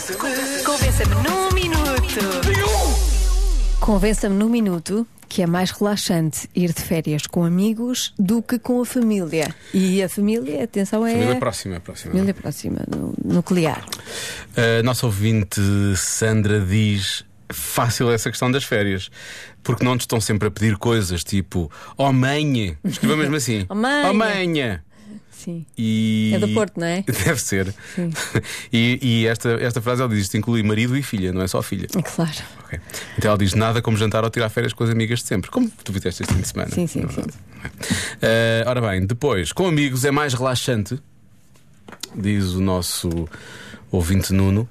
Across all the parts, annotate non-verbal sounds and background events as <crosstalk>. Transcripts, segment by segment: Convença-me. Convença-me num minuto. Convença-me num minuto que é mais relaxante ir de férias com amigos do que com a família. E a família, atenção, é. Família próxima, próxima. Família próxima, nu- nuclear. A nossa ouvinte Sandra diz. Fácil essa questão das férias, porque não te estão sempre a pedir coisas tipo oh mãe, escreva mesmo assim, <laughs> Oh, mãe. "Oh, mãe." Sim. E... É do Porto, não é? <laughs> Deve ser. Sim. <laughs> E, e esta, esta frase ela diz: isto inclui marido e filha, não é só filha. É claro. Ok. Então ela diz: nada como jantar ou tirar férias com as amigas de sempre. Como tu fizeste este fim de semana. Sim, sim, na sim. É verdade. Eh, ora bem, depois, com amigos é mais relaxante, diz o nosso ouvinte Nuno,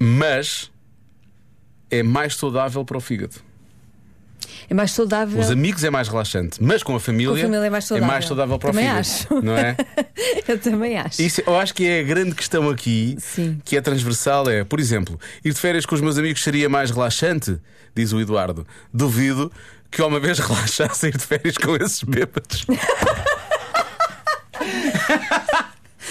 mas é mais saudável para o fígado. É mais saudável. Os amigos é mais relaxante, mas com a família, Com a família é mais saudável. para Também o fígado. acho. <laughs> Não é? <laughs> Eu também acho. Isso, eu acho que é a grande questão aqui, Sim. que é transversal, é, por exemplo, ir de férias com os meus amigos seria mais relaxante, diz o Eduardo. Duvido que uma vez <laughs> relaxasse ir de férias com esses bêbados.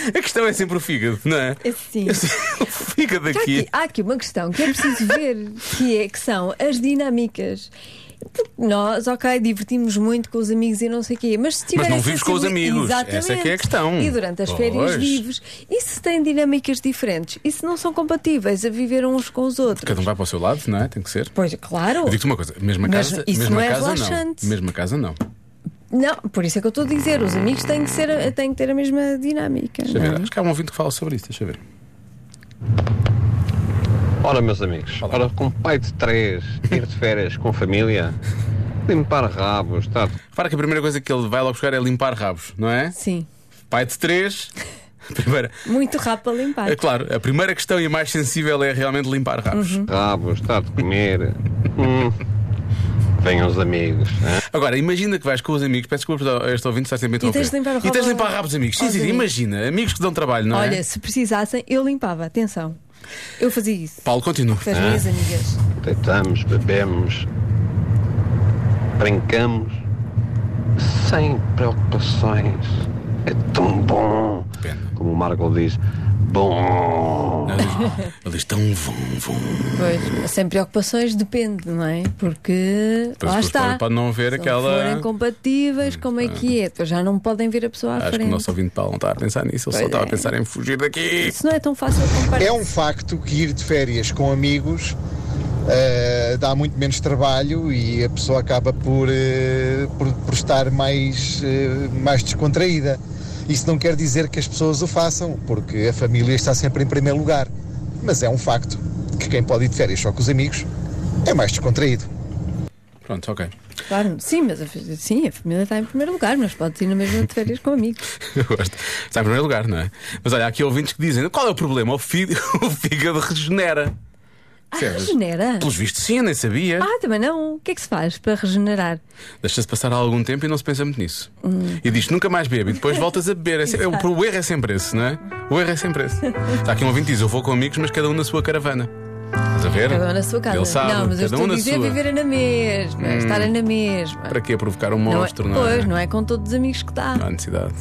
a questão é sempre o fígado, não é? É sim. É sempre O fígado Há aqui. aqui, há aqui uma questão que é preciso <laughs> ver, que é que são as dinâmicas. Porque nós, ok, divertimos muito com os amigos e não sei o quê, mas se tiver não essa vives com os possibilidade- amigos. Exatamente. Essa é que é a questão. E durante as férias Pois. vives. E se têm dinâmicas diferentes? E se não são compatíveis a viver uns com os outros? Cada um vai para o seu lado, não é? Tem que ser. Pois, claro. Eu digo-te uma coisa, mesma Mas casa, isso mesma não é casa relaxante. não. Mesma casa não. Não, por isso é que eu estou a dizer, os amigos têm que, ser, têm que ter a mesma dinâmica. Deixa eu não é? ver, acho que há um ouvinte que fala sobre isso, deixa eu ver. Ora, meus amigos, ora, com pai de três, ir de férias com família, limpar rabos, está Repara que a primeira coisa que ele vai logo buscar é limpar rabos, não é? Sim. Pai <laughs> de três. Primeira. Muito rápido a limpar. É claro, a primeira questão e a mais sensível é realmente limpar Uhum. rabos. de rabos, está de comer. Hum. Venham os amigos. hã? Agora, imagina que vais com os amigos, peço desculpa a este ouvinte, estás sempre a E tens de interromper. limpar o E tens de rabo limpar rabos, amigos. Sim, aos sim, amigos. imagina, amigos que dão trabalho, não Olha, é? se precisassem, eu limpava, atenção. Eu fazia isso. Paulo, continua. Com as minhas amigas. Deitamos, bebemos, brincamos, sem preocupações. É tão bom. Depende. Como o Marco diz, bom. Ele diz- Ah, Ele diz tão vão, vão. Pois, sem preocupações depende, não é? Porque Pois, lá pois, está. pode- pode não haver Se aquela- Hum, forem compatíveis, como é que é? Depois já não podem ver a pessoa à Acho que o frente. nosso ouvinte Paulo não estava a pensar nisso, ele só Pois estava é. a pensar em fugir daqui. Isso não é tão fácil como parece. É um facto que ir de férias com amigos eh, dá muito menos trabalho e a pessoa acaba por, eh, por, por estar mais, eh, mais descontraída. Isso não quer dizer que as pessoas o façam, porque a família está sempre em primeiro lugar. Mas é um facto que quem pode ir de férias só com os amigos é mais descontraído. Pronto, ok. <laughs> Claro, sim, mas a, sim, a família está em primeiro lugar, mas pode ir na mesma de férias com <laughs> amigos. Eu gosto. Está em primeiro lugar, não é? Mas olha, há aqui ouvintes que dizem: qual é o problema? O fí- <laughs> o fígado regenera. Percebes? Ah, Regenera? Pelos vistos, sim, eu nem sabia. Ah, também não. O que é que se faz para regenerar? Deixa-se passar algum tempo e não se pensa muito nisso. E diz nunca mais bebe e depois voltas a beber. É se- é- o erro é sempre esse, não é? O erro é sempre esse. Está aqui um ouvinte que diz: eu vou com amigos, mas cada um na sua caravana. Estás a ver? Cada um na sua casa. Ele sabe, não, mas eu cada um estou na a dizer sua. Hum, viverem na mesma, estarem na mesma. Para quê? Provocar um Não é- monstro, não, é? Pois, não é com todos os amigos que está. Não há necessidade.